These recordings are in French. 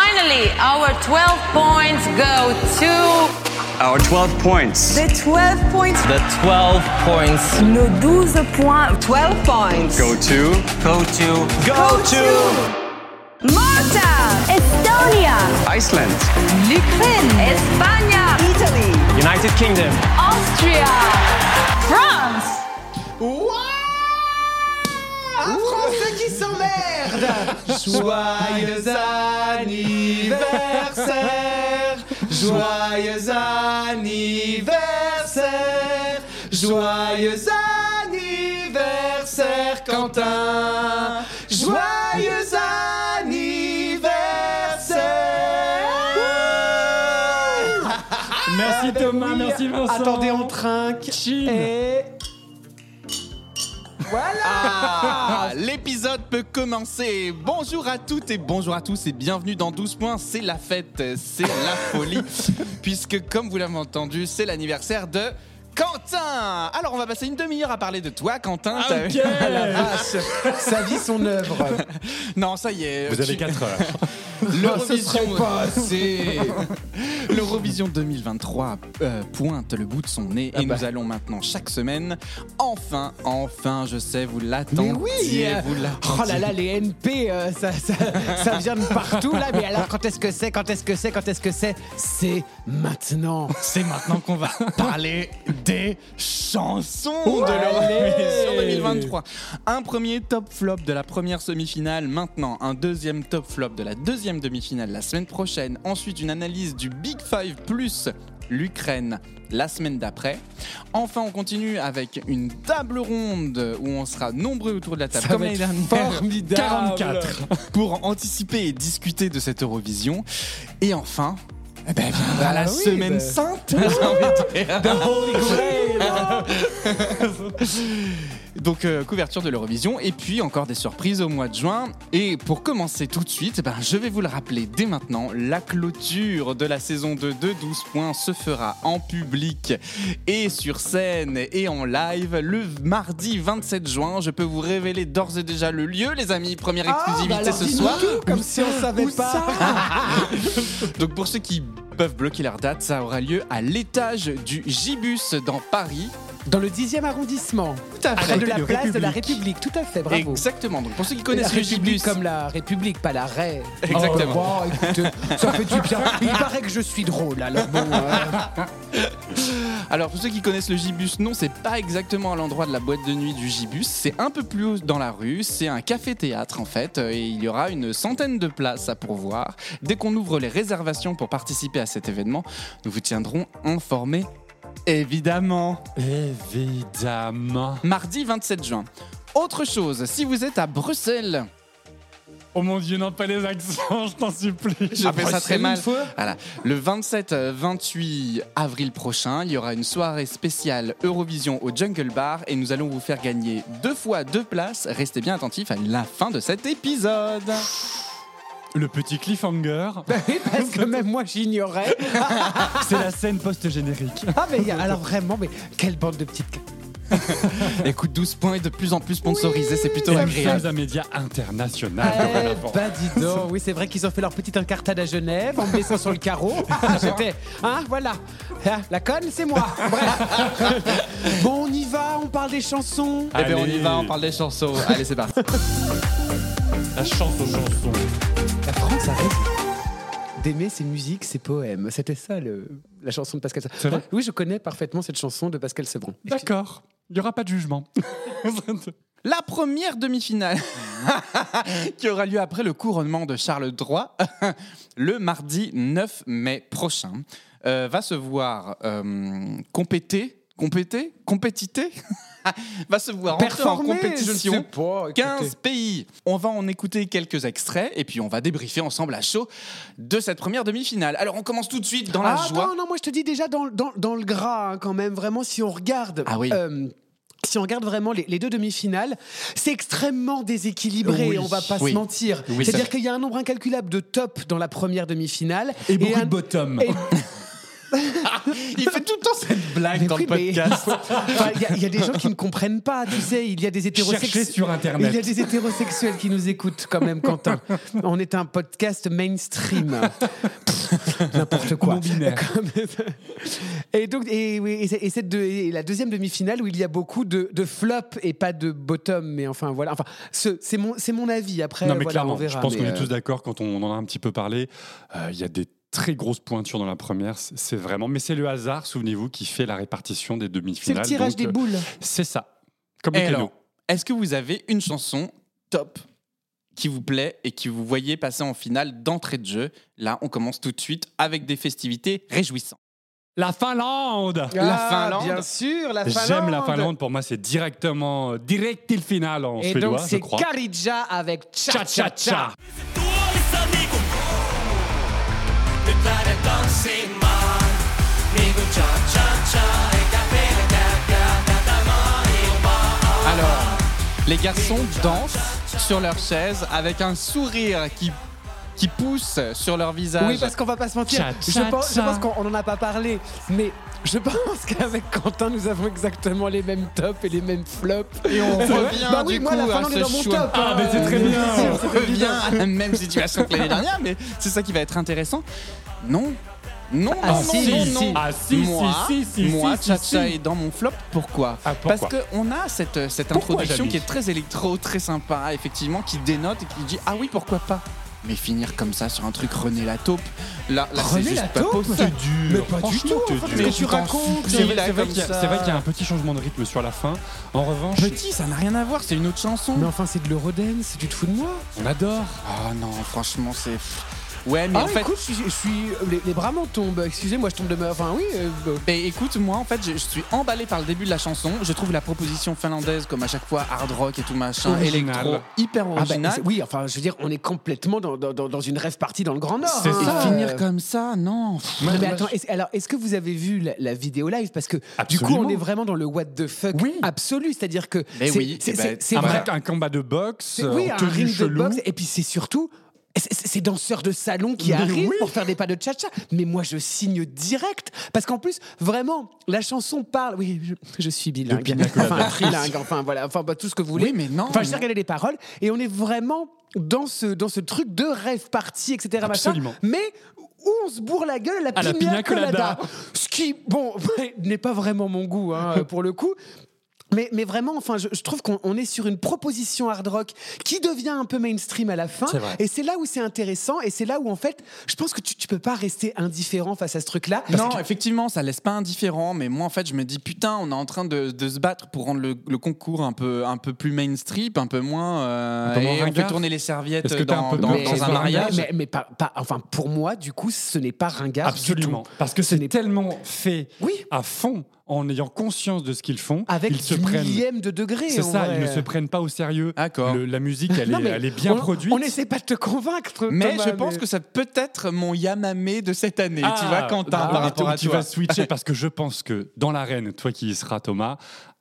Finally, our 12 points go to Our 12 points. The 12 points. The 12 points Nos 12 points. 12 points. Go to go to Go to Malta, Estonia, Iceland. l'Ukraine, Espagne, Italy. United Kingdom. Austria, France. Un Français qui s'emmerde Joyeux anniversaire Joyeux anniversaire Joyeux anniversaire Quentin Joyeux anniversaire Merci Thomas, merci Vincent. Attendez, on trinque Chine. et... Ah, L'épisode peut commencer. Bonjour à toutes et bonjour à tous et bienvenue dans 12 points. C'est la fête, c'est la folie. Puisque, comme vous l'avez entendu, c'est l'anniversaire de Quentin. Alors, on va passer une demi-heure à parler de toi, Quentin. T'as- Ok. Ah, Sa vie, son œuvre. Non, ça y est. Vous tu- avez 4 heures. L'Eurovision Ah, serait pas c'est L'Eurovision 2023 euh, pointe le bout de son nez Ah bah. et nous allons maintenant chaque semaine, enfin, enfin, je sais, vous l'attendiez, Mais oui vous Oh là là, les NP, euh, ça, ça, ça vient de partout là, mais alors quand est-ce que c'est Quand est-ce que c'est Quand est-ce que c'est C'est maintenant C'est maintenant qu'on va parler des chansons de Allez l'Eurovision 2023. Un premier top flop de la première semi-finale maintenant, un deuxième top flop de la deuxième demi-finale la semaine prochaine, ensuite une analyse du Big Five plus l'Ukraine la semaine d'après. Enfin, on continue avec une table ronde où on sera nombreux autour de la table Ça comme va l'année être dernière. formidable. 44 pour anticiper et discuter de cette Eurovision. Et enfin, eh ben, viendra Ah la oui, semaine bah. sainte. j'ai envie de dire. Donc euh, couverture de l'Eurovision et puis encore des surprises au mois de juin. Et pour commencer tout de suite, ben, je vais vous le rappeler dès maintenant, la clôture de la saison 2 de 12 points se fera en public et sur scène et en live le mardi 27 juin. Je peux vous révéler d'ores et déjà le lieu les amis, première Ah, bah exclusivité ce soir. Comme si on savait pas Donc pour ceux qui peuvent bloquer leur date, ça aura lieu à l'étage du Gibus dans Paris. Dans le 10e arrondissement, Tout à près de la place de la République, tout à fait, bravo Exactement. Donc pour ceux qui la connaissent le République Gibus, comme la République, pas la Ré. Exactement. Oh, bon, écoute, ça fait du bien. Il paraît que je suis drôle, alors bon. euh, Alors pour ceux qui connaissent le Gibus, non, c'est pas exactement à l'endroit de la boîte de nuit du Gibus, c'est un peu plus haut dans la rue, c'est un café-théâtre en fait, euh, et il y aura une centaine de places à pourvoir. Dès qu'on ouvre les réservations pour participer à cet événement, nous vous tiendrons informés. Évidemment. Évidemment. Mardi 27 juin. Autre chose, si vous êtes à Bruxelles, Oh mon dieu, non, pas les accents, je t'en supplie. je fais ça très mal. fois Voilà. Le 27-28 avril prochain, il y aura une soirée spéciale Eurovision au Jungle Bar et nous allons vous faire gagner deux fois deux places. Restez bien attentifs à la fin de cet épisode. Le petit cliffhanger, parce que même moi, j'ignorais. c'est la scène post-générique. Ah, mais alors vraiment, mais quelle bande de petites. Écoute, 12 points est de plus en plus sponsorisé, c'est plutôt Nous agréable. sommes un média international. Eh dorénavant. ben dis donc, oui c'est vrai qu'ils ont fait leur petite incartade à Genève en me laissant sur le carreau. J'étais, hein, voilà, Ah, la conne c'est moi. Bref. Bon on y va, on parle des chansons. Eh bien, on y Allez. va, on parle des chansons. Allez, c'est parti. La chance aux chansons. La France a raison. D'aimer ses musiques, ses poèmes. C'était ça le- la chanson de Pascal Sevran. C'est vrai Oui, je connais parfaitement cette chanson de Pascal Sevran. D'accord, il n'y aura pas de jugement. La première demi-finale qui aura lieu après le couronnement de Charles III le mardi 9 mai prochain euh, va se voir euh, compéter, compéter, compétiter, va se voir entrer en Performer, je ne sais compétition. pas, écoutez. 15 pays. On va en écouter quelques extraits et puis on va débriefer ensemble à chaud de cette première demi-finale. Alors on commence tout de suite dans la ah, joie. Non, non, moi je te dis déjà dans, dans, dans le gras, hein, quand même, vraiment, si on regarde. Ah oui. euh, si on regarde vraiment les, les deux demi-finales, c'est extrêmement déséquilibré, Oui. on va pas Oui. se mentir. Oui, C'est-à-dire ça- qu'il y a un nombre incalculable de tops dans la première demi-finale. Et beaucoup un- de bottom. et- Il fait tout le temps cette blague Mais dans oui, le mais il podcast. faut- enfin, Il y, a- il y a des gens qui ne comprennent pas, tu sais. Il y a des hétérosexuels. Cherchez sur Internet. Il y a des hétérosexuels qui nous écoutent quand même, Quentin. On est un podcast mainstream. Pff, N'importe quoi. Non-binaire. Comme- Et donc, et, oui, et c'est- et cette deux- et la deuxième demi-finale où il y a beaucoup de, de flops et pas de bottom, mais enfin voilà. Enfin, ce- c'est mon, c'est mon avis. Après, Non, mais voilà, clairement, on verra. je pense mais, qu'on est euh, tous d'accord quand on en a un petit peu parlé. euh, Il y a des très grosses pointures dans la première. C'est c'est vraiment. Mais c'est le hasard, souvenez-vous, qui fait la répartition des C'est demi-finales. le tirage donc, des euh, boules. C'est ça. Comme Et les alors, canaux. est-ce que vous avez une chanson top qui vous plaît et qui vous voyez passer en finale d'entrée de jeu Là, on commence tout de suite avec des festivités réjouissantes. La Finlande La Ah, Finlande. Bien sûr, la Finlande. J'aime la Finlande. Pour moi, c'est directement. euh, Direct et le final en Et donc, suédois, je c'est crois. Karija avec Cha Cha Cha. Cha-cha-cha. Alors, les garçons dansent sur leur chaise avec un sourire qui, qui pousse sur leur visage. Oui, parce qu'on va pas se mentir. Cha, je cha, pense, je cha. pense qu'on n'en a pas parlé, mais je pense qu'avec Quentin, nous avons exactement les mêmes tops et les mêmes flops. Et on revient, bah oui, du moi, coup, la à Finlande ce est dans mon choix. top. Ah, mais c'est très euh, bien. sûr, on c'est évident. revient à la même situation que l'année dernière, mais c'est ça qui va être intéressant. Non, non, Ah, non, si, non, si, non. si. Ah, si, moi, si, si, si, moi, si, si, Chacha si. est dans mon flop. Pourquoi, Ah, pourquoi Parce qu'on a cette, euh, cette Pourquoi, introduction Jamy qui est très électro, très sympa, effectivement, qui dénote et qui dit ah oui, pourquoi pas. Mais finir comme ça sur un truc René la taupe, là, là c'est René juste la pas Taupe possible. C'est dur. Mais pas du Franchement, tout, c'est en fait, ce dur. que Mais tu tout en racontes. souffle, C'est vrai, là, c'est vrai comme qu'il y a- ça. c'est vrai qu'il y a un petit changement de rythme sur la fin. En revanche, Petit, ça n'a rien à voir, c'est une autre chanson. Mais enfin, c'est de l'Eurodance, tu te fous de moi on adore. Oh non, franchement, c'est. Ouais, mais Ah, en fait. écoute, je suis, je suis- les, les bras m'en tombent. Excusez-moi, je tombe de ma... Enfin, oui, euh, bah, Et écoute, moi en fait, je, je suis emballé par le début de la chanson. Je trouve la proposition finlandaise, comme à chaque fois, hard rock et tout machin, Original. électro, hyper ah, bah, original. c'est- oui, enfin, je veux dire, on est complètement dans, dans- dans- dans une rêve partie dans le Grand Nord. C'est hein. et ça. finir Euh, comme ça, non. pff. Non, mais attends, est-ce- alors est-ce que vous avez vu la, la vidéo live Parce que du coup, Absolument. on est vraiment dans le what the fuck Oui. absolu, c'est-à-dire que Mais c'est oui, c'est- eh ben, c'est- c'est Un, vrai. mec, un combat de boxe, C'est- euh, oui, en un tenue ring de chelou. boxe, et puis c'est surtout c'est- c'est- ces danseurs de salon qui Mais arrivent oui. pour faire des pas de cha-cha. Mais moi, je signe direct parce qu'en plus, vraiment, la chanson parle. Oui, je, je suis bilingue, enfin trilingue, enfin voilà, enfin bah, tout ce que vous voulez. Oui, mais non, Enfin, je sais non. regarder les paroles et on est vraiment dans ce dans ce truc de rêve party, etc. machin. Absolument. mais où on se bourre la gueule à la, À la pina pina colada. colada. Ce qui, bon, n'est pas vraiment mon goût, hein, pour le coup. Mais, mais vraiment, enfin, je, je trouve qu'on on est sur une proposition hard rock qui devient un peu mainstream à la fin. C'est vrai. Et c'est là où c'est intéressant. Et c'est là où, en fait, je pense que tu, tu peux pas rester indifférent face à ce truc-là. non, effectivement, ça laisse pas indifférent, mais moi en fait, je me dis putain, on est en train de, de se battre pour rendre le, le concours un peu, un peu plus mainstream, un peu moins. euh, Un peu moins et on fait ringard. tourner les serviettes Est-ce que t'as un dans, peu dans- peur Mais- dans que ce un soit mariage. Mais, mais pas, pas- enfin, pour moi, du coup, ce n'est pas ringard. du Absolument. tout. Parce que Ce c'est n'est- tellement fait Oui. à fond, en ayant conscience de ce qu'ils font, Avec ils se du prennent. millième de degré. C'est en ça, vrai. ils ne se prennent pas au sérieux. D'accord. Le- la musique, elle, Non, est, mais elle est bien on- produite. On n'essaie pas de te convaincre. Mais Thomas, je pense que ça peut être mon Yamamé de cette année, tu Ah, vois, Quentin, bah, par mais rapport toi, à tu toi. vas switcher parce que je pense que dans l'arène, toi qui y seras, Thomas,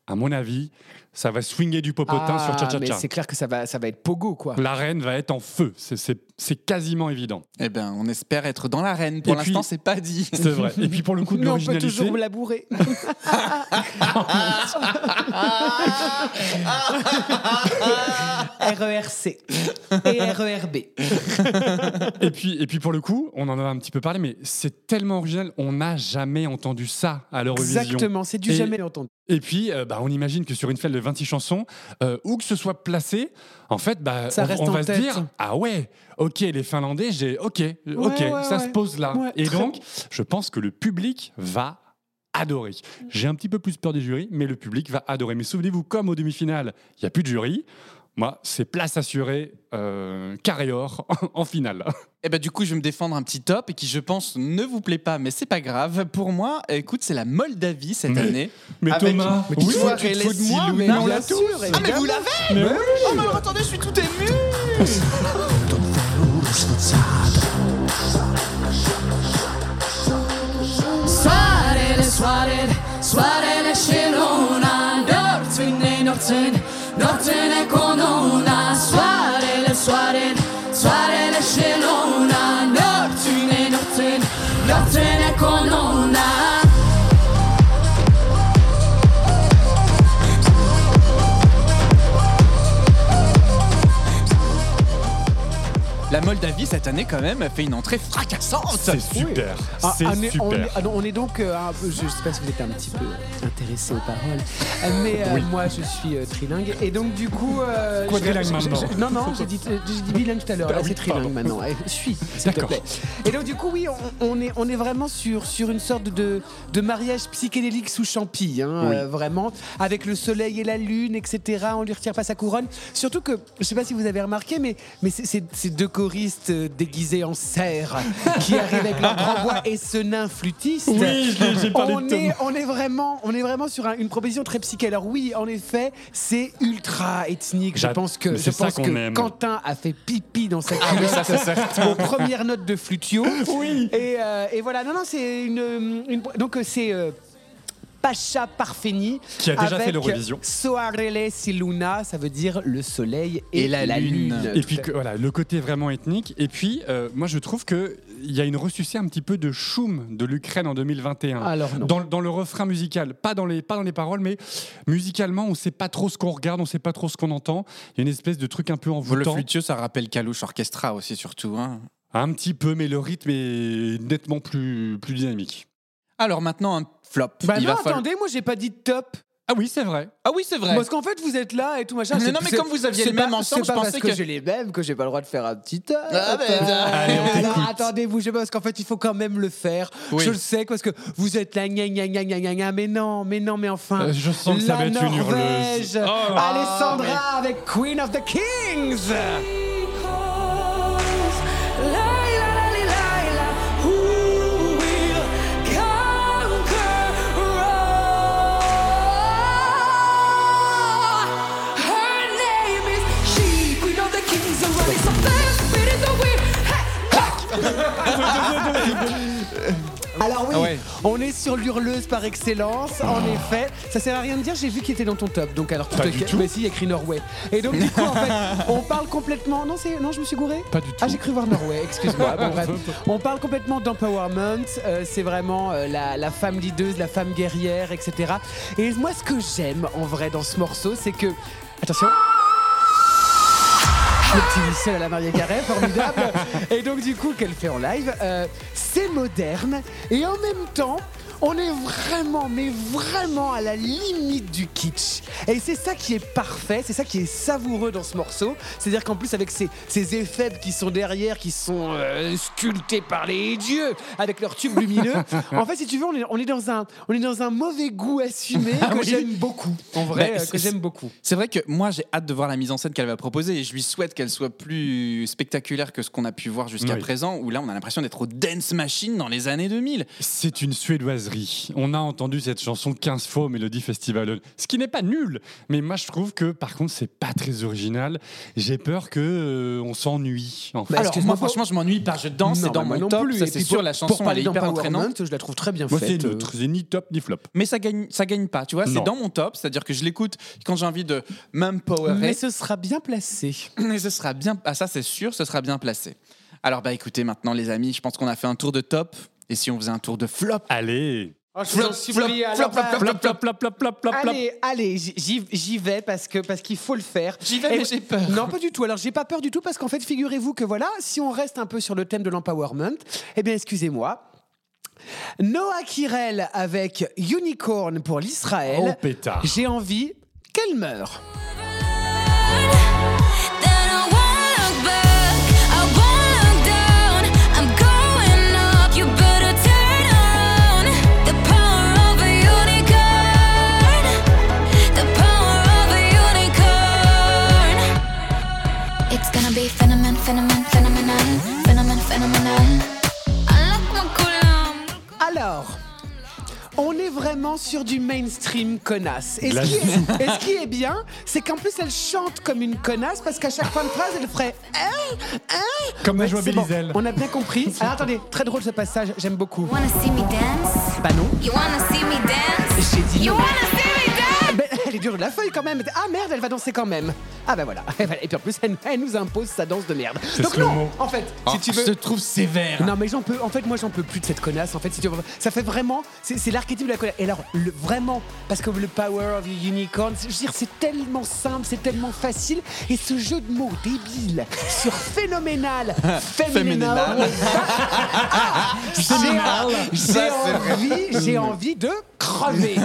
à mon avis, ça va swinger du popotin Ah, sur Cha Cha mais Cha. c'est clair que ça va, ça va être pogo, quoi. L'arène va être en feu. C'est- C'est c'est quasiment évident. Eh ben, on espère être dans l'arène. Pour Et puis- l'instant, c'est pas dit. C'est vrai. Et puis pour le coup de Mais on peut l'originalité, toujours labourer. RERC et RERB. et puis et puis pour le coup, on en a un petit peu parlé, mais c'est tellement original, on n'a jamais entendu ça à l'Eurovision. Exactement, c'est du Et- jamais entendu. Et puis, euh, bah, on imagine que sur une fête de 26 chansons, euh, où que ce soit placé, en fait, bah, Ça on, reste on en va tête. se dire Ah ouais, ok, les Finlandais, j'ai ok, ok, ouais, ça ouais. se pose là. Ouais, et très donc, bien. je pense que le public va adorer. J'ai un petit peu plus peur des jurys, mais le public va adorer. Mais souvenez-vous, comme aux demi-finales, il n'y a plus de jury. Moi, c'est place assurée, euh, carré or en finale. Eh ben, du coup, je vais me défendre un petit top et qui, je pense, ne vous plaît pas, mais c'est pas grave. Pour moi, écoute, c'est la Moldavie cette Mais- année. Mais Avec- Thomas, Mais tu oui, te fous- tu te fous de moi, mais on l'a tous. Ah, mais vous l'avez Mais Oh, mais alors, attendez, je suis tout ému Svarele, svarele, svarele skenona Norrtun eh, är norrtun, norrtun är konona Svarele, svarele, eh, svarele skenona Norrtun är norrtun, norrtun är konona cette année, quand même, fait une entrée fracassante. C'est super. Ah, C'est ah, mais on, super. est, ah non, on est donc. euh, un peu- je sais pas si vous êtes un petit peu intéressé aux paroles, euh, mais euh, moi je suis euh, trilingue. Et donc, du coup. euh, Quadrilingue je- je- maintenant. je- non, non, j'ai dit, euh, j'ai dit bilingue tout à l'heure. Bah Là, oui, c'est trilingue pardon. maintenant. Eh, suis, s'il te D'accord. plaît. Et donc, du coup, oui, on, on est, on est vraiment sur, sur une sorte de, de mariage psychédélique sous champille, hein, euh, vraiment, avec le soleil et la lune, etc. On lui retire pas sa couronne. Surtout que, je sais pas si vous avez remarqué, mais, mais c'est- c'est- ces deux choristes euh, déguisés en cerfs qui arrivent avec leur grand voix et ce nain flûtiste. Oui, je l'ai- j'ai parlé on de Tom. est, on est vraiment, on est vraiment sur un- une proposition très psyché. Alors oui, en effet, c'est ultra ethnique. Je J'a- pense que, mais je c'est ça pense qu'on que aime. Ah, Quentin a fait pipi dans sa culotte aux premières notes de flutio. Oui. Et, euh, et voilà. Non, non, c'est une, une- donc euh, c'est. euh, Pacha Parfeni Qui a déjà avec fait l'Eurovision. Soarele Siluna, ça veut dire le soleil et, Et la lune. Et puis que- voilà, le côté vraiment ethnique. Et puis, euh, moi, je trouve que il y a une ressucée un petit peu de choum de l'Ukraine en 2021. Alors non. Dans, le- dans le refrain musical, pas dans les pas dans les paroles, mais musicalement, on sait pas trop ce qu'on regarde, on sait pas trop ce qu'on entend. Il y a une espèce de truc un peu Le envoûtant, flutio, ça rappelle Calouche Orchestra aussi, surtout. hein. un petit peu, mais le rythme est nettement plus plus dynamique. Alors maintenant, un flop. Bah Il non, va falloir- attendez, moi j'ai pas dit de top. Ah oui, c'est vrai. Ah oui, c'est vrai. Parce qu'en fait, vous êtes là et tout machin. Mais c'est- non, mais c'est- comme vous aviez c'est le pas- même ensemble, c'est je pas pensais parce que, bah, que- j'ai les mêmes que j'ai pas le droit de faire un petit. top. Ah, ben, allez, on Alors, t'écoute. attendez, vous, je pense qu'en fait, il faut quand même le faire. Oui. Je le sais parce que vous êtes là, gna gna gna gna gna gna. Mais non, mais non, mais enfin. Euh, je sens que ça la va être une Norvège, hurleuse. Oh. Alessandra avec Queen of the Kings. Alors oui, Ah ouais. on est sur l'hurleuse par excellence, en effet. Ça sert à rien de dire, j'ai vu qu'il était dans ton top, donc alors Oh. Pas te du ca- tout. Mais si, il y a écrit Norway. Et donc du coup, en fait, on parle complètement. Non, c'est non, je me suis gouré. Pas du tout. Ah, j'ai cru voir Norway. Excuse-moi. Bon, bref. On parle complètement d'empowerment. euh, c'est vraiment euh, la, la femme leader, la femme guerrière, etc. Et moi, ce que j'aime en vrai dans ce morceau, c'est que attention. Le petit whistle à la Maria Carré, formidable. Et donc du coup, qu'elle fait en live, euh, c'est moderne et en même temps, on est vraiment, mais vraiment à la limite du kitsch. Et c'est ça qui est parfait, c'est ça qui est savoureux dans ce morceau. C'est-à-dire qu'en plus avec ces, ces effets qui sont derrière, qui sont euh, sculptés par les dieux, avec leurs tubes lumineux. en fait, si tu veux, on est, on est dans un, on est dans un mauvais goût assumé que Ah oui. j'aime beaucoup. En vrai, Bah, euh, c'est- que j'aime beaucoup. C'est vrai que moi j'ai hâte de voir la mise en scène qu'elle va proposer et je lui souhaite qu'elle soit plus spectaculaire que ce qu'on a pu voir jusqu'à Oui. présent où là on a l'impression d'être au dance machine dans les années 2000. C'est une suédoiserie. On a entendu cette chanson 15 fois au Melody Festival, ce qui n'est pas nul. Mais moi, je trouve que, par contre, c'est pas très original. J'ai peur que euh, on s'ennuie. en fait. Alors moi excuse-moi, faut- Bah, franchement je m'ennuie pas, je danse Non, et dans bah, moi mon non top, plus. ça Et c'est puis sûr, pour- la pour chanson elle parler est hyper d'empowerment, entraînante. Je la trouve très bien Moi, faite. euh, c'est neutre. C'est ni top ni flop. Mais ça gagne, ça gagne pas, tu vois, c'est Non. dans mon top, c'est-à-dire que je l'écoute quand j'ai envie de m'empowerer. Mais ce sera bien placé. Et ce sera bien, ah ça c'est sûr, ce sera bien placé. Alors bah écoutez maintenant les amis, je pense qu'on a fait un tour de top. Et si on faisait un tour de flop Allez Ah, Flop, flop, flop, bah, flop, flop, flop, flop, flop, flop, flop. Allez, allez, j'y- j'y j'y vais parce que parce qu'il faut le faire. J'y vais, Et- mais j'ai peur. Non, pas du tout. Alors j'ai pas peur du tout parce qu'en fait, figurez-vous que voilà, si on reste un peu sur le thème de l'empowerment, eh bien, excusez-moi. Noah Kirel avec Unicorn pour l'Israël. Oh, pétard. J'ai envie qu'elle meure. It's gonna be phenomen, phenomen, phenomenon, phenomen, phenomenon. Alors. On est vraiment sur du mainstream connasse. Et ce qui est, et ce qui est bien, c'est qu'en plus elle chante comme une connasse parce qu'à chaque fin de phrase elle ferait Hein Hein Comme la Ouais, joie c'est bon. Bélizel. On a bien compris. Alors, attendez, très drôle ce passage, j'aime beaucoup. Wanna see me dance? Bah non. You wanna see me dance? J'ai dit You non. wanna see me dance? Ben, elle est dure de la feuille quand même. Ah merde, elle va danser quand même. Ah bah voilà. Et voilà. Et puis en plus, elle, elle nous impose sa danse de merde. Donc slow-mo. non, en fait, Ah, si tu veux. Je te trouve sévère. Non mais j'en peux. En fait, moi j'en peux plus de cette connasse. En fait, si tu veux, ça fait vraiment. C'est c'est l'archétype de la connasse. Et alors, le- vraiment, parce que le power of the unicorn, c'est- je veux dire, c'est tellement simple, c'est tellement facile. Et ce jeu de mots débile sur phénoménal, Féménal. phénoménal. Féménal. J'ai Ça, c'est envie, j'ai envie de crever.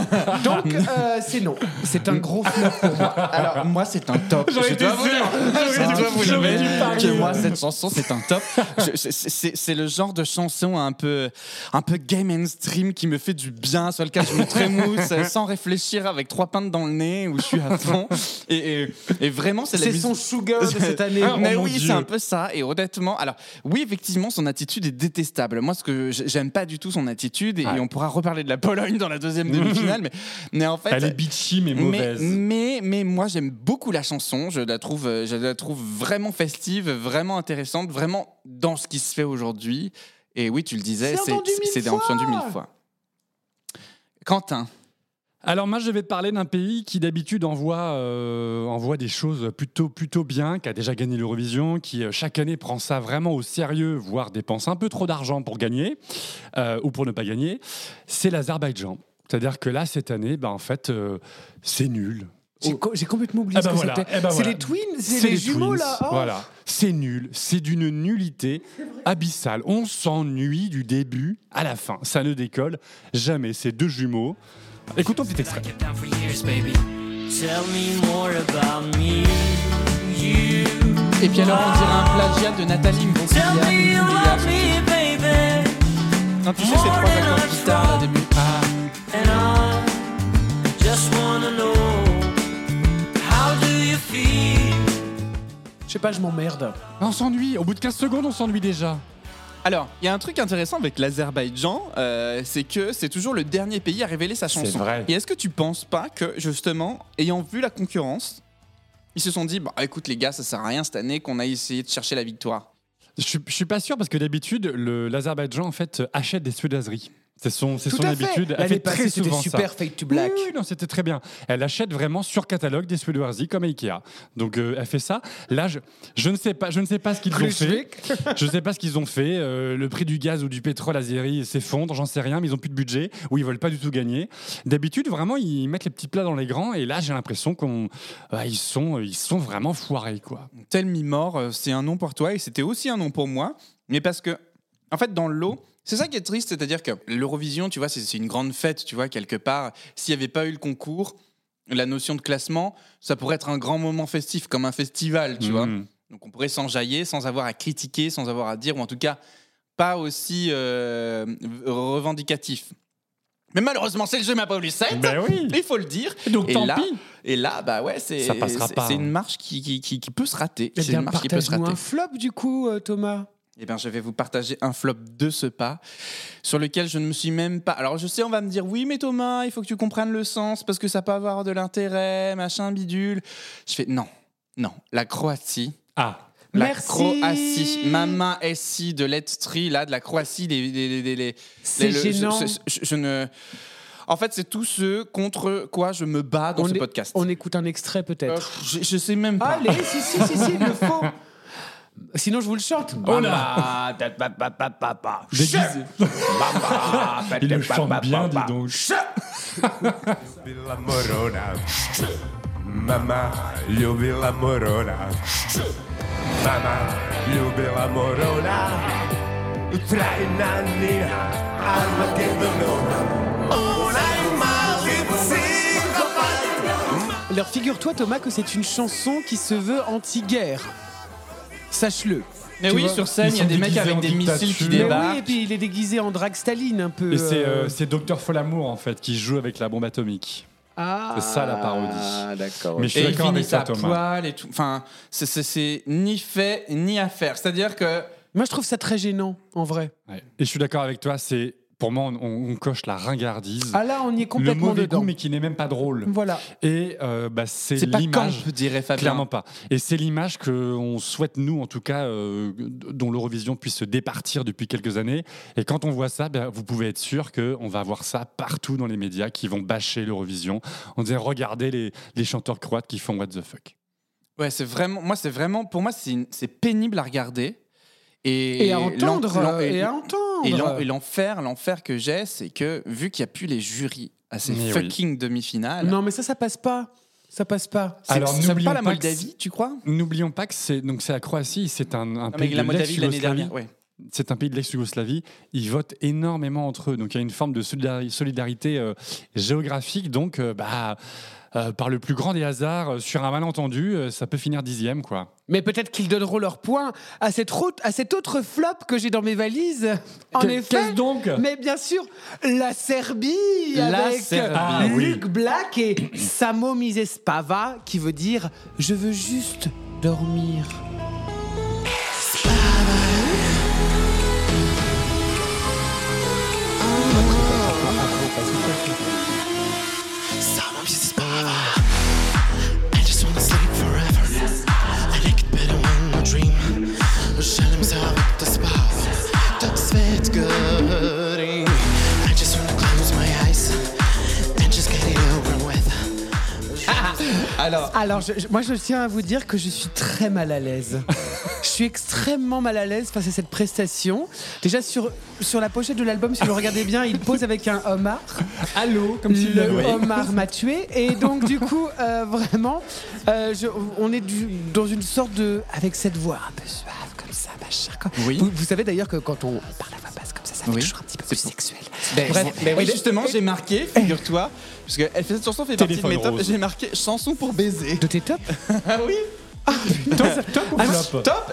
Donc euh, c'est non. C'est un gros flop pour moi. Alors, moi, c'est un top. J'aurais Je été dois vous sûr. dire- J'aurais je été dois vous sûr. l'avouer J'aurais dû parier. que moi, cette chanson, c'est un top. Je- c'est- C'est c'est le genre de chanson un peu, un peu game and stream qui me fait du bien, sur lequel je me trémousse euh, sans réfléchir, avec trois pintes dans le nez, où je suis à fond. Et, et- et vraiment, c'est la C'est musique- son sugar de cette année. mais Oh mon oui, Dieu. c'est un peu ça. Et honnêtement, alors oui, effectivement, son attitude est détestable. Moi, ce que j- j'aime pas du tout son attitude, et, et on pourra reparler de la Pologne dans la deuxième demi-finale, mais, mais en fait, Elle est bitchy mais mais, mauvaise. mais, mais moi j'aime beaucoup la chanson, je la, trouve, euh, je la trouve vraiment festive, vraiment intéressante, vraiment dans ce qui se fait aujourd'hui. Et oui, tu le disais, C'est c'est entendu mille c'est fois. entendu mille fois. Quentin, Alors moi je vais te parler d'un pays qui d'habitude envoie, euh, envoie des choses plutôt, plutôt bien, qui a déjà gagné l'Eurovision, qui euh, chaque année prend ça vraiment au sérieux, voire dépense un peu trop d'argent pour gagner euh, ou pour ne pas gagner, c'est l'Azerbaïdjan. C'est-à-dire que là cette année, bah, en fait euh, c'est nul. J'ai co- j'ai complètement oublié Eh ben ce que voilà, c'était. eh ben c'est voilà. les twins, c'est les, jumeaux Twins. là. Oh. Voilà, c'est nul, c'est d'une nullité abyssale. On s'ennuie du début à la fin, ça ne décolle jamais. Ces deux jumeaux. Écoutons petit extrait. Tell me more about me. et puis alors on dirait un plagiat de Nathalie me, baby. Non, tu sais, c'est trois accords de guitare là, au début. Ah. And I just wanna know how do you feel? Je sais pas, je m'emmerde. On s'ennuie, au bout de 15 secondes, on s'ennuie déjà. Alors, il y a un truc intéressant avec l'Azerbaïdjan, euh, c'est que c'est toujours le dernier pays à révéler sa chanson. vrai. Et est-ce que tu penses pas que, justement, ayant vu la concurrence, ils se sont dit, bah écoute les gars, ça sert à rien cette année qu'on aille essayer de chercher la victoire. Je, suis- je suis pas sûr parce que d'habitude, le- l'Azerbaïdjan en fait euh, achète des Sudazeries. C'est son, c'est Tout son à fait. habitude. Elle L'année fait très passée, c'était souvent super ça. Mmh. fake to black. Oui, oui, non, c'était très bien. Elle achète vraiment sur catalogue des Sudazeries comme à Ikea. Donc euh, elle fait ça. Là, je, je ne sais pas, je ne sais pas ce qu'ils ont fait. Je ne sais pas ce qu'ils ont fait. Euh, le prix du gaz ou du pétrole azéri s'effondre, j'en sais rien, mais ils n'ont plus de budget ou ils veulent pas du tout gagner. D'habitude, vraiment, ils mettent les petits plats dans les grands et là, j'ai l'impression qu'on, ah, ils sont, ils sont vraiment foirés quoi. Tell Me More, euh, c'est un nom pour toi et c'était aussi un nom pour moi, mais parce que, en fait, dans l'eau, c'est ça qui est triste, c'est-à-dire que l'Eurovision, tu vois, c'est c'est une grande fête, tu vois, quelque part. S'il n'y avait pas eu le concours, la notion de classement, ça pourrait être un grand moment festif, comme un festival, tu vois. Mhm. Donc on pourrait s'enjailler sans avoir à critiquer, sans avoir à dire, ou en tout cas pas aussi euh, revendicatif. Mais malheureusement, c'est le jeu ma Paulus 7. Ben oui. Il faut le dire. Donc et tant là, pis. Et là, bah ouais, c'est Ça passera c'est- pas, c'est hein. une marche qui, qui, qui- qui peut se rater. Eh C'est une bien, marche qui peut se partage-nous rater. un flop du coup, euh, Thomas. Eh bien, je vais vous partager un flop de ce pas sur lequel je ne me suis même pas. Alors, je sais, on va me dire oui, mais Thomas, il faut que tu comprennes le sens parce que ça peut avoir de l'intérêt, machin bidule. Je fais non, non. La Croatie, Ah. la Merci. Croatie. Mama SI de l'Estrie, là, de la Croatie. Les, les- les- les- les- C'est les- le- gênant. je- je- je- je ne... En fait, c'est tout ce contre quoi je me bats dans on, ce é- podcast. on écoute un extrait Oh, Euh, peut-être. je, je sais même pas. Allez, si, si, si, si, il le faut. Sinon, je vous le chante. Ah, da- ba- ba- ba- ba- ba. Oh Déguisé. Ah, ba- Il da- le ba- chante ba- ba- bien, dis ba. donc. Ljubila morona. Mama ljubila morona. Mama ljubila morona. Trajna nina Armageddonova. Onaj mali psihopat. Alors, figure-toi, Thomas, que c'est une chanson qui se veut anti-guerre. Sache-le. Ah, Mais Tu oui, vois, sur scène, ils il y a sont des mecs déguisés avec en des missiles qui dictature. Mais débarquent. oui, et puis il est déguisé en drag Staline un peu. Et c'est euh. euh, c'est Docteur Folamour en fait qui joue avec la bombe atomique. Ah, C'est ça la parodie. d'accord. Mais je suis Ah, et ils d'accord avec finissent ça, à Thomas. poil et tout. Enfin, c'est- c'est c'est ni fait ni à faire. C'est-à-dire que Moi, je trouve ça très gênant, en vrai. Ouais. Et je suis d'accord avec toi, c'est Pour moi, on, on- on coche la ringardise. Ah là, on y est le complètement mauvais dedans. Mm. goût, mais qui n'est même pas drôle. Voilà. Et euh, bah, c'est C'est pas l'image. camp, dirait Fabien. Clairement pas. Et c'est l'image qu'on souhaite, nous, en tout cas, euh, dont l'Eurovision puisse se départir depuis quelques années. Et quand on voit ça, ben, vous pouvez être sûr qu'on va voir ça partout dans les médias qui vont bâcher l'Eurovision en disant regardez les, les chanteurs croates qui font what the fuck. Ouais, c'est vraiment. Moi, c'est vraiment. Pour moi, c'est une- c'est pénible à regarder. Et, Et, à l'en- entendre. l'en- et, et- à entendre. et l'en- et l'enfer, l'enfer que j'ai, c'est que vu qu'il n'y a plus les jurys à ces Mais oui. fucking demi-finales. Non, mais ça, ça passe pas. Ça passe pas. c'est- Alors, c'est n'oublions pas la pas que c'est- Moldavie, tu crois N'oublions pas que c'est donc c'est la Croatie, c'est un, un Ah, pays mais la de Moldavie l'année l'ex-Yougoslavie. dernière. Ouais. C'est un pays de l'ex-Yougoslavie. Ils votent énormément entre eux, donc il y a une forme de solidari- solidarité euh, géographique. Donc, euh, bah, euh, par le plus grand des hasards, euh, sur un malentendu, euh, ça peut finir dixième, quoi. Mais peut-être qu'ils donneront leur point à cette, route, à cette autre flop que j'ai dans mes valises. En Que- effet. qu'est-ce donc Mais bien sûr, la Serbie La avec Serbie, ah oui. Luc Black et Samo Misespava qui veut dire Je veux juste dormir. Alors, je- je- moi, je tiens à vous dire que je suis très mal à l'aise. je suis extrêmement mal à l'aise face à cette prestation. Déjà, sur, sur la pochette de l'album, si vous le regardez bien, il pose avec un homard. Allô Comme si le homard m'a tué. Et donc, du coup, euh, vraiment, euh, je- on est du- dans une sorte de. avec cette voix un peu suave, comme ça, machin. comme- Oui. Vous, vous savez d'ailleurs que quand on parle à voix basse comme ça, ça fait Oui. toujours un petit peu plus sexuel. Ben, Bref, c'est- mais et oui. justement, j'ai marqué, figure-toi, parce que elle fait cette chanson fait partie de Téléphone mes tops. rose. J'ai marqué chanson pour baiser. De tes tops Ah oui ah, Top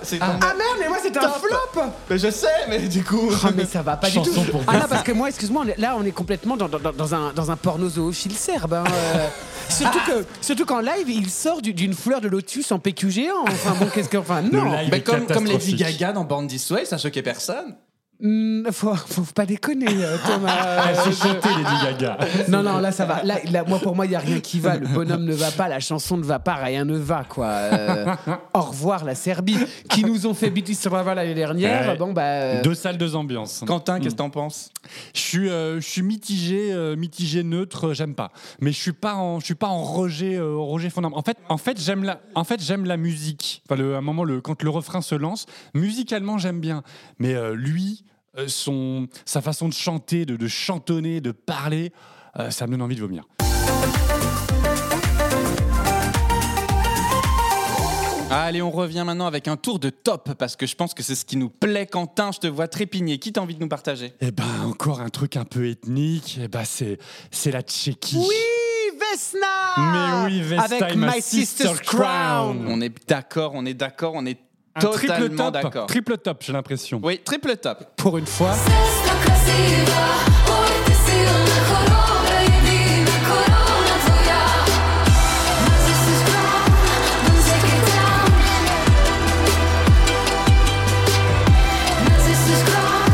C'est ah, ton- merde, mais moi, c'était un Top. flop Ben, Je sais, mais du coup. Ah mais ça va pas du Chanson tout. pour ah là parce que moi, excuse-moi, on est- là on est complètement dans, dans- dans- dans un dans un porno zoophile serbe. hein, euh. surtout que surtout qu'en live il sort du- d'une fleur de lotus en PQ géant. Enfin bon qu'est-ce que enfin non. live Ben, est comme, comme Lady catastrophique. Gaga dans Born This Way, ça choquait personne. Hmm, faut, faut pas déconner euh, Thomas. Euh, Ah, C'est chanté, Lady Gaga. non non là ça va. Là, là, moi pour moi il y a rien qui va. Le bonhomme ne va pas, la chanson ne va pas, rien ne va quoi. Euh, au revoir la Serbie qui nous ont fait Biti Strava l'année dernière. Ouais. Bon bah euh, Deux salles, deux ambiances. Mm. Quentin, qu'est-ce que t'en penses Je suis, euh, je suis mitigé, euh, mitigé neutre, euh, j'aime pas. Mais je suis pas en, je suis pas en rejet, euh, rejet fondamental. En fait, en fait, j'aime la, en fait, j'aime la musique. Enfin, le, à un moment, le, quand le refrain se lance, musicalement, j'aime bien. Mais euh, lui, euh, son, sa façon de chanter, de, de chantonner, de parler, euh, ça me donne envie de vomir. Allez, on revient maintenant avec un tour de top, parce que je pense que c'est ce qui nous plaît, Quentin. Je te vois trépigner. Qui t'as envie de nous partager Et ben, encore un truc un peu ethnique. Et ben, c'est, c'est la Tchéquie. oui Vesna. Mais oui, Vesna avec et ma My sister's Sister's Crown. crown. On est d'accord, on est d'accord, on est Un triple totalement top. d'accord. Triple top, j'ai l'impression. Oui, triple top. Pour une fois. Sestra krasiva, oj ti silna korona je divna korona tvoja. My sister's crown, don't take it down. My sister's crown,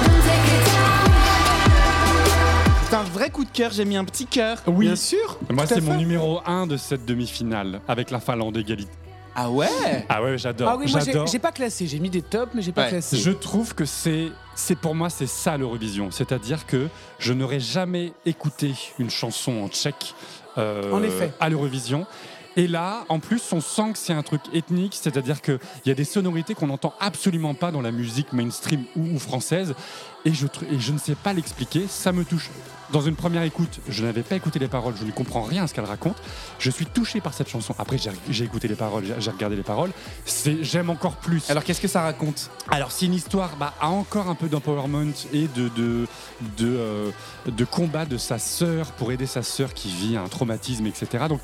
don't take it down. C'est un vrai coup de cœur, j'ai mis un petit cœur. Oui. Bien sûr. Moi, tout à c'est mon fait. numéro 1 de cette demi-finale avec la Finlande égalité. Ah ouais Ah ouais, j'adore. Ah oui, moi j'ai- j'adore. j'ai pas classé, j'ai mis des tops, mais j'ai pas Ouais. classé. Je trouve que c'est, c'est pour moi, c'est ça l'Eurovision. C'est-à-dire que je n'aurais jamais écouté une chanson en tchèque euh, En effet. à l'Eurovision. Et là, en plus, on sent que c'est un truc ethnique, c'est-à-dire qu'il y a des sonorités qu'on n'entend absolument pas dans la musique mainstream ou, ou française. Et je, tr- et je ne sais pas l'expliquer, ça me touche. Dans une première écoute, je n'avais pas écouté les paroles, je ne comprends rien à ce qu'elle raconte. Je suis touché par cette chanson. Après, j'ai, j'ai écouté les paroles, j'ai, j'ai regardé les paroles. C'est, j'aime encore plus. Alors qu'est-ce que ça raconte Alors c'est une histoire bah, à encore un peu d'empowerment et de, de, de, euh, de combat de sa sœur pour aider sa sœur qui vit un traumatisme, etc. Donc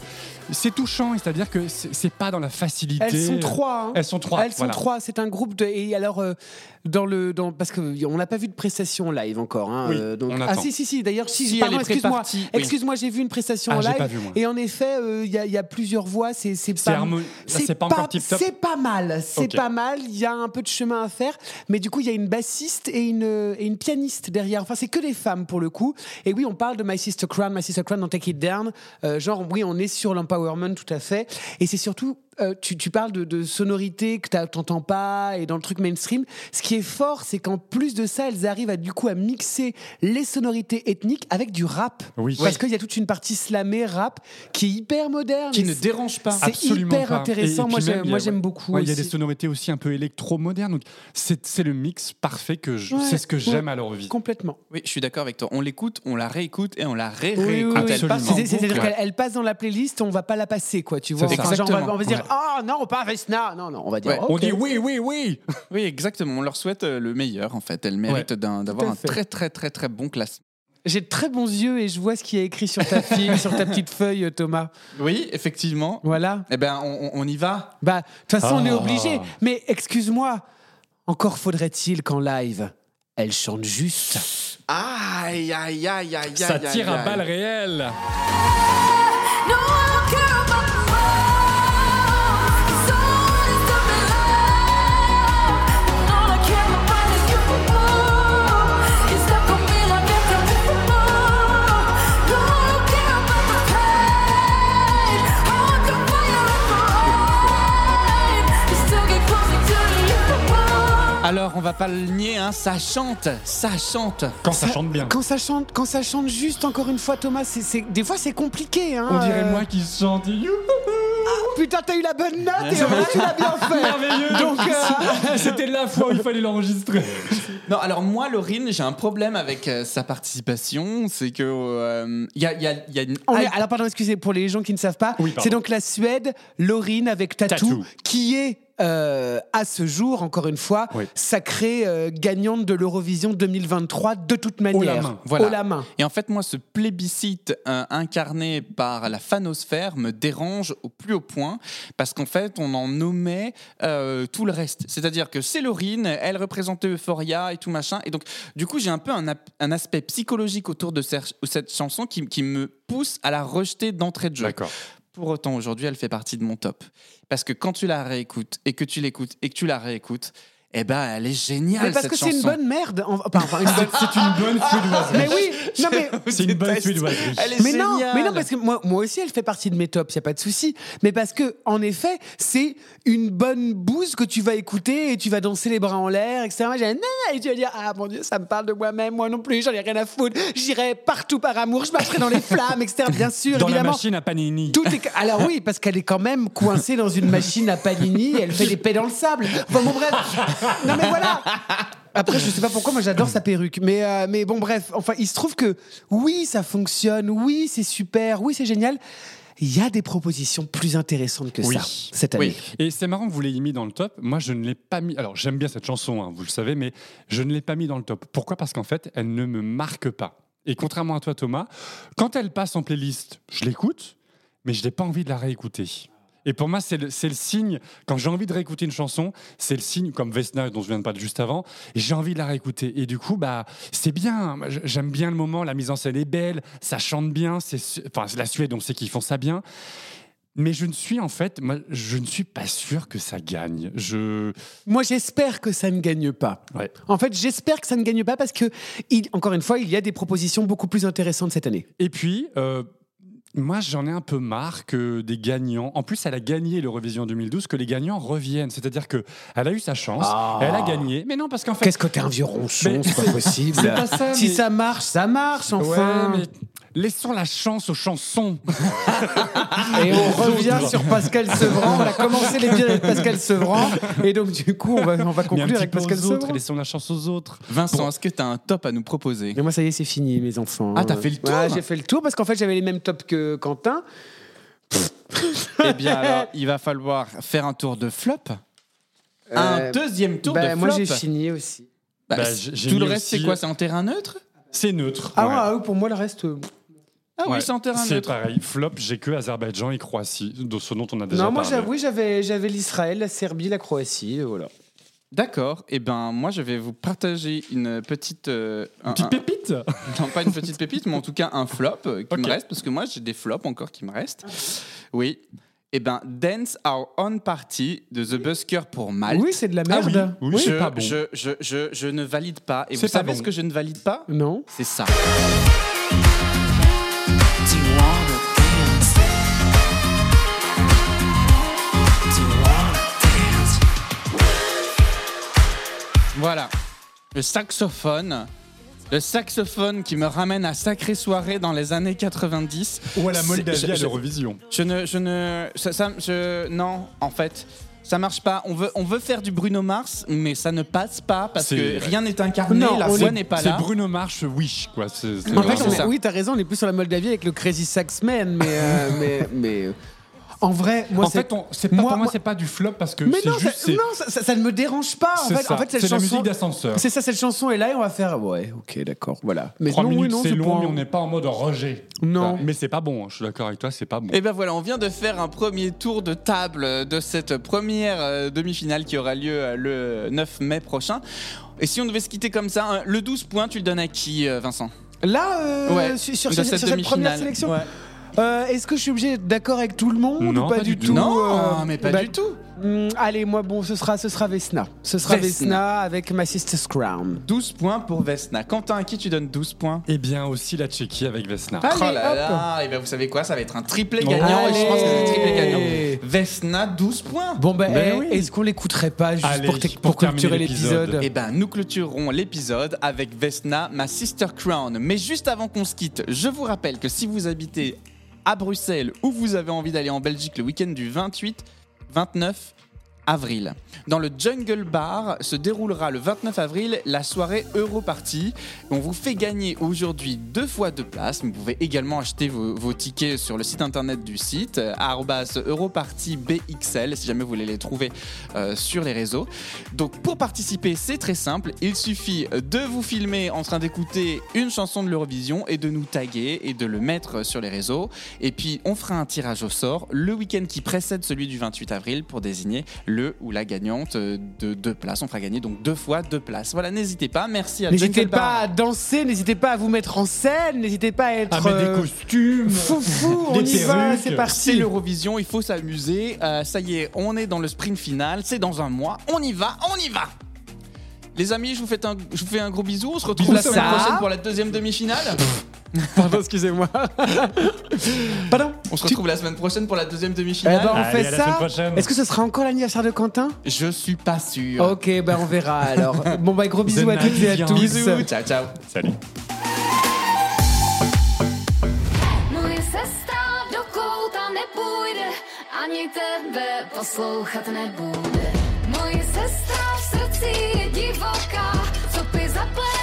c'est touchant, et c'est-à-dire que c'est c'est pas dans la facilité. euh, Elles sont trois. hein. Elles sont trois. Elles sont voilà. trois. C'est un groupe de. Et alors, euh, dans le, dans, parce qu'on n'a pas vu de prestation live encore. hein, Oui, euh, donc... on Ah attend. si, si, si, d'ailleurs, si, Si pardon, elle est excuse-moi, prépartie, oui. excuse-moi, j'ai vu une prestation Ah, en j'ai live. pas vu, moi. Et en effet, euh, il y, a- il y a plusieurs voix, c'est c'est C'est pas, harmonieux. Ah, c'est pas encore tip-top. C'est pas mal, c'est Ok. pas mal, il y a un peu de chemin à faire, mais du coup, il y a une bassiste et une, et une pianiste derrière. Enfin, c'est que des femmes pour le coup. Et oui, on parle de My Sister Crown, My Sister Crown dans Take It Down. Euh, genre, oui, on est sur l'empowerment tout à fait. Et c'est surtout, euh, tu, tu parles de, de sonorité que t'as- t'entends pas et dans le truc mainstream. Ce qui est fort, c'est qu'en plus de ça, elles arrivent à du coup à mixer les sonorités ethniques avec du rap. Oui. Parce Ouais. qu'il y a toute une partie slamée rap qui est hyper moderne. Qui et ne c'est- dérange pas. c'est Absolument hyper pas. intéressant. puis Moi, j'ai- même, il y a- moi, j'aime beaucoup ouais, Il y a des aussi. sonorités aussi un peu électro-modernes. donc C'est c'est le mix parfait que je- Ouais, c'est ce que ouais. j'aime à l'Eurovision. Complètement. Oui, je suis d'accord avec toi. On l'écoute, on la réécoute et on la Oui, ré-réécoute. oui, oui. Elle passe en C'est- C'est-à-dire boucle. qu'elle elle passe dans la playlist, on va pas la passer, quoi. Tu vois, C'est ça. Enfin, genre, on, va, Exactement. on va se dire, Ouais. ah non, pas Vesna. Non, non, on va dire, Ouais. ok. On dit oui, oui, oui. Oui, exactement. On leur souhaite euh, le meilleur, en fait. Elle mérite d'un- d'avoir à un fait. très, très, très, très bon classement. J'ai de très bons yeux et je vois ce qu'il y a écrit sur ta fille, sur ta petite feuille, Thomas. Oui, effectivement. Voilà. Eh ben, on, on- on y va. Bah, de toute façon, on est Ah. obligé. Mais excuse-moi, encore faudrait-il qu'en live, elle chante juste. Aïe, aïe, aïe, aïe, Ça aïe, aïe, tire à aïe. balles réelles. No, I don't care about the world. 'Cause someone is to be loved. And all I care about is you. You stuck on me like a temple. No, I don't care about the pain. I want the fire in my heart. You still get closer to the end. Alors, on va pas le nier, hein, ça chante, ça chante. Quand ça, chante bien. Quand ça chante, quand ça chante juste, encore une fois, Thomas, c'est c'est- des fois, c'est compliqué. Hein, On dirait euh. moi qui chante. Putain, t'as eu la bonne note et en vrai, tu l'as bien fait. Donc, euh, C'était la fois où il fallait l'enregistrer. Non, alors moi, Laurine, j'ai un problème avec euh, sa participation, c'est que euh, il y, a, il y a- Ah, il y a une on est- hype- alors, pardon, excusez, pour les gens qui ne savent pas, Oui, pardon. c'est donc la Suède, Laurine avec Tatou, Tatou. qui est. euh, à ce jour, encore une fois, Oui. sacrée euh, gagnante de l'Eurovision 2023 de toute manière. main, voilà. Haut la main. Et en fait, moi, ce plébiscite euh, incarné par la fanosphère me dérange au plus haut point parce qu'en fait, on en nommait euh, tout le reste. C'est-à-dire que c'est Laurine, elle représentait Euphoria et tout machin. Et donc, du coup, j'ai un peu un, ap- un aspect psychologique autour de cer- cette chanson qui, qui me pousse à la rejeter d'entrée de jeu. D'accord. Pour autant, aujourd'hui, elle fait partie de mon top. Parce que quand tu la réécoutes et que tu l'écoutes et que tu la réécoutes, eh ben, elle est géniale. Mais parce cette que c'est une chanson. bonne merde. en- enfin, enfin, une bonne- C'est une bonne Ah. suédoise. mais oui, non mais C'est une bonne suédoise. Elle est mais non, géniale. mais non, parce que moi, moi aussi, elle fait partie de mes tops, il a pas de souci. Mais parce que, en effet, c'est une bonne bouse que tu vas écouter et tu vas danser les bras en l'air, etc. J'ai un Ah et tu vas dire Ah mon Dieu, ça me parle de moi-même, moi non plus, j'en ai rien à foutre. J'irai partout par amour, je marcherai dans les flammes, etc. Bien sûr, Dans la évidemment. machine à panini. Tout est... Alors oui, parce qu'elle est quand même coincée dans une machine à panini, elle fait des pets dans le sable. Enfin bon, bref. Non mais voilà. Après, je sais pas pourquoi, moi j'adore sa perruque. Mais, euh, mais bon, bref. Enfin, il se trouve que oui, ça fonctionne, oui, c'est super, oui, c'est génial. Il y a des propositions plus intéressantes que Oui. ça cette année. Oui. Et c'est marrant que vous l'ayez mis dans le top. Moi, je ne l'ai pas mis. Alors, j'aime bien cette chanson, hein, vous le savez, mais je ne l'ai pas mis dans le top. Pourquoi Parce qu'en fait, elle ne me marque pas. Et contrairement à toi, Thomas, quand elle passe en playlist, je l'écoute, mais je n'ai pas envie de la réécouter. Et pour moi, c'est le, c'est le signe, quand j'ai envie de réécouter une chanson, c'est le signe, comme Vesna, dont je viens de parler juste avant, et j'ai envie de la réécouter. Et du coup, bah, c'est bien, Moi, j- j'aime bien le moment, la mise en scène est belle, ça chante bien, c'est su- enfin, la Suède, on sait qu'ils font ça bien. Mais je ne suis en fait, moi, je ne suis pas sûr que ça gagne. Je Moi, j'espère que ça ne gagne pas. Ouais. En fait, j'espère que ça ne gagne pas parce que, il- encore une fois, il y a des propositions beaucoup plus intéressantes cette année. et puis. euh, moi, j'en ai un peu marre que des gagnants. En plus, elle a gagné l'Eurovision 2012, que les gagnants reviennent. C'est-à-dire que elle a eu sa chance, elle a gagné. Mais non, parce qu'en fait, Qu'est-ce que t'es un vieux ronchon, Mais- c'est pas possible. C'est pas ça, si mais- ça marche, ça marche, enfin. Ouais, mais laissons la chance aux chansons. Et on revient sur Pascal Sevran. On a commencé l'épisode avec Pascal Sevran. Et donc, du coup, on va, on va Mais un conclure petit avec peu Pascal aux autres, Sevran. et laissons la chance aux autres. Vincent, est-ce que tu as un top à nous proposer Mais moi, ça y est, c'est fini, mes enfants. Ah, t'as fait le tour Ouais, J'ai fait le tour parce qu'en fait, j'avais les mêmes tops que Quentin. Eh bien, alors, il va falloir faire un tour de flop. un Euh, deuxième tour Bah, de flop. moi, j'ai fini aussi. Bah, Bah, c- j'ai tout le mis reste, aussi- c'est quoi C'est en terrain neutre C'est neutre. Ah Ouais. ouais, ah ouais, pour moi, le reste. euh, Ah Ouais. oui, c'est en terrain C'est neutre. pareil. Flop, j'ai que Azerbaïdjan et Croatie, de ce dont on a déjà Non, moi, parlé. j'avoue, j'avais j'avais l'Israël, la Serbie, la Croatie, et voilà. D'accord. Et ben moi je vais vous partager une petite euh, un- Petite un- pépite non pas une petite pépite mais en tout cas un flop euh, qui Ok. me reste parce que moi j'ai des flops encore qui me restent. Oui. Et ben Dance Our Own Party de The Busker pour Malte. Oui, c'est de la Ah oui, merde. oui, je, c'est pas bon. je, je, je, je ne valide pas. Et C'est vous pas savez bon. ce que je ne valide pas Non. C'est ça. Voilà. Le saxophone. Le saxophone qui me ramène à sacrée soirée dans les années 90. Ou à la C'est- Moldavie je- à je- l'Eurovision. Je ne, je ne, ça, ça- je, non, en fait, ça marche pas. On veut, on veut faire du Bruno Mars, mais ça ne passe pas parce C'est- que rien n'est incarné, Non, la on voix est- n'est pas C'est là. Bruno Mars Wish, quoi. C'est c'est En fait, vraiment on est- ça. oui, t'as raison, on est plus sur la Moldavie avec le Crazy Sax Man, mais, euh, mais, mais euh, en vrai, moi, En c'est- fait, on- c'est pas- pour moi, c'est pas du flop parce que Mais c'est non, juste. ça, c'est- non, ça, ça- ça ne me dérange pas. En C'est fait, ça, en fait cette c'est la chanson- musique d'ascenseur. C'est ça, cette chanson est là et on va faire. ah Ouais, ok, d'accord, voilà. Mais Trois non, oui, minutes, non, c'est long, pas- mais on n'est pas en mode rejet. Non. Voilà. Mais c'est pas bon, hein, je suis d'accord avec toi, c'est pas bon. Et ben voilà, on vient de faire un premier tour de table de cette première euh, demi-finale qui aura lieu euh, le 9 mai prochain. Et si on devait se quitter comme ça, hein, le 12 points, tu le donnes à qui, euh, Vincent Là, euh, Ouais, sur, sur- de sur cette cette, première demi-finale. sélection, Ouais. euh, est-ce que je suis obligé d'être d'accord avec tout le monde Non, ou pas, du tout Non, euh, mais pas bah, du tout. hum, allez, moi, bon, ce sera, ce sera Vesna. Ce sera Vesna. Vesna, avec My Sister's Crown. 12 points pour Vesna. Quentin, à qui tu donnes 12 points Eh bien, aussi la Tchéquie avec Vesna. Oh Allez, là hop. là, et ben vous savez quoi, ça va être un triplé gagnant, et je Allez. pense que c'est un triplé gagnant. Vesna, 12 points. Bon, ben, Ben eh, oui. est-ce qu'on l'écouterait pas juste Allez, pour, te- pour pour terminer clôturer l'épisode. l'épisode Et ben, nous clôturerons l'épisode avec Vesna, ma sister crown. Mais juste avant qu'on se quitte, je vous rappelle que si vous habitez à Bruxelles ou vous avez envie d'aller en Belgique le week-end du 28, 29 avril. Dans le Jungle Bar se déroulera le 29 avril la soirée Europarty. On vous fait gagner aujourd'hui deux fois deux places. Vous pouvez également acheter vos, vos tickets sur le site internet du site, euh, arrobas europartybxl, si jamais vous voulez les trouver euh, sur les réseaux. Donc pour participer, c'est très simple. Il suffit de vous filmer en train d'écouter une chanson de l'Eurovision et de nous taguer et de le mettre sur les réseaux. Et puis on fera un tirage au sort le week-end qui précède celui du 28 avril pour désigner le ou la gagnante de deux places. On fera gagner donc deux fois deux places. Voilà, n'hésitez pas. Merci à N'hésitez Jungle pas Bar. à danser, n'hésitez pas à vous mettre en scène, n'hésitez pas à être Ah, mais des euh, costumes foufou, on des y va, perruques. c'est C'est parti. l'Eurovision, il faut s'amuser. Euh, ça y est, on est dans le sprint final, c'est dans un mois. On y va, on y va Les amis, je vous, fais un, je vous fais un gros bisou. On se retrouve la Bisous. semaine Ça. prochaine pour la deuxième demi-finale. Pardon, excusez-moi. Pardon. On se retrouve la semaine prochaine pour la deuxième Eh ben, demi-finale. on Allez, fait à la semaine ça. prochaine. Est-ce que ce sera encore l'anniversaire de Quentin ben, Je suis pas sûr. Ok, bah on verra alors. Bon bah gros bisous à toutes et à tous. Bisous, ciao ciao. Salut. Můj sestra do kouta nepůjde, ani tebe poslouchat nebude. Můj sestra v srdci je divoká, co by zaplet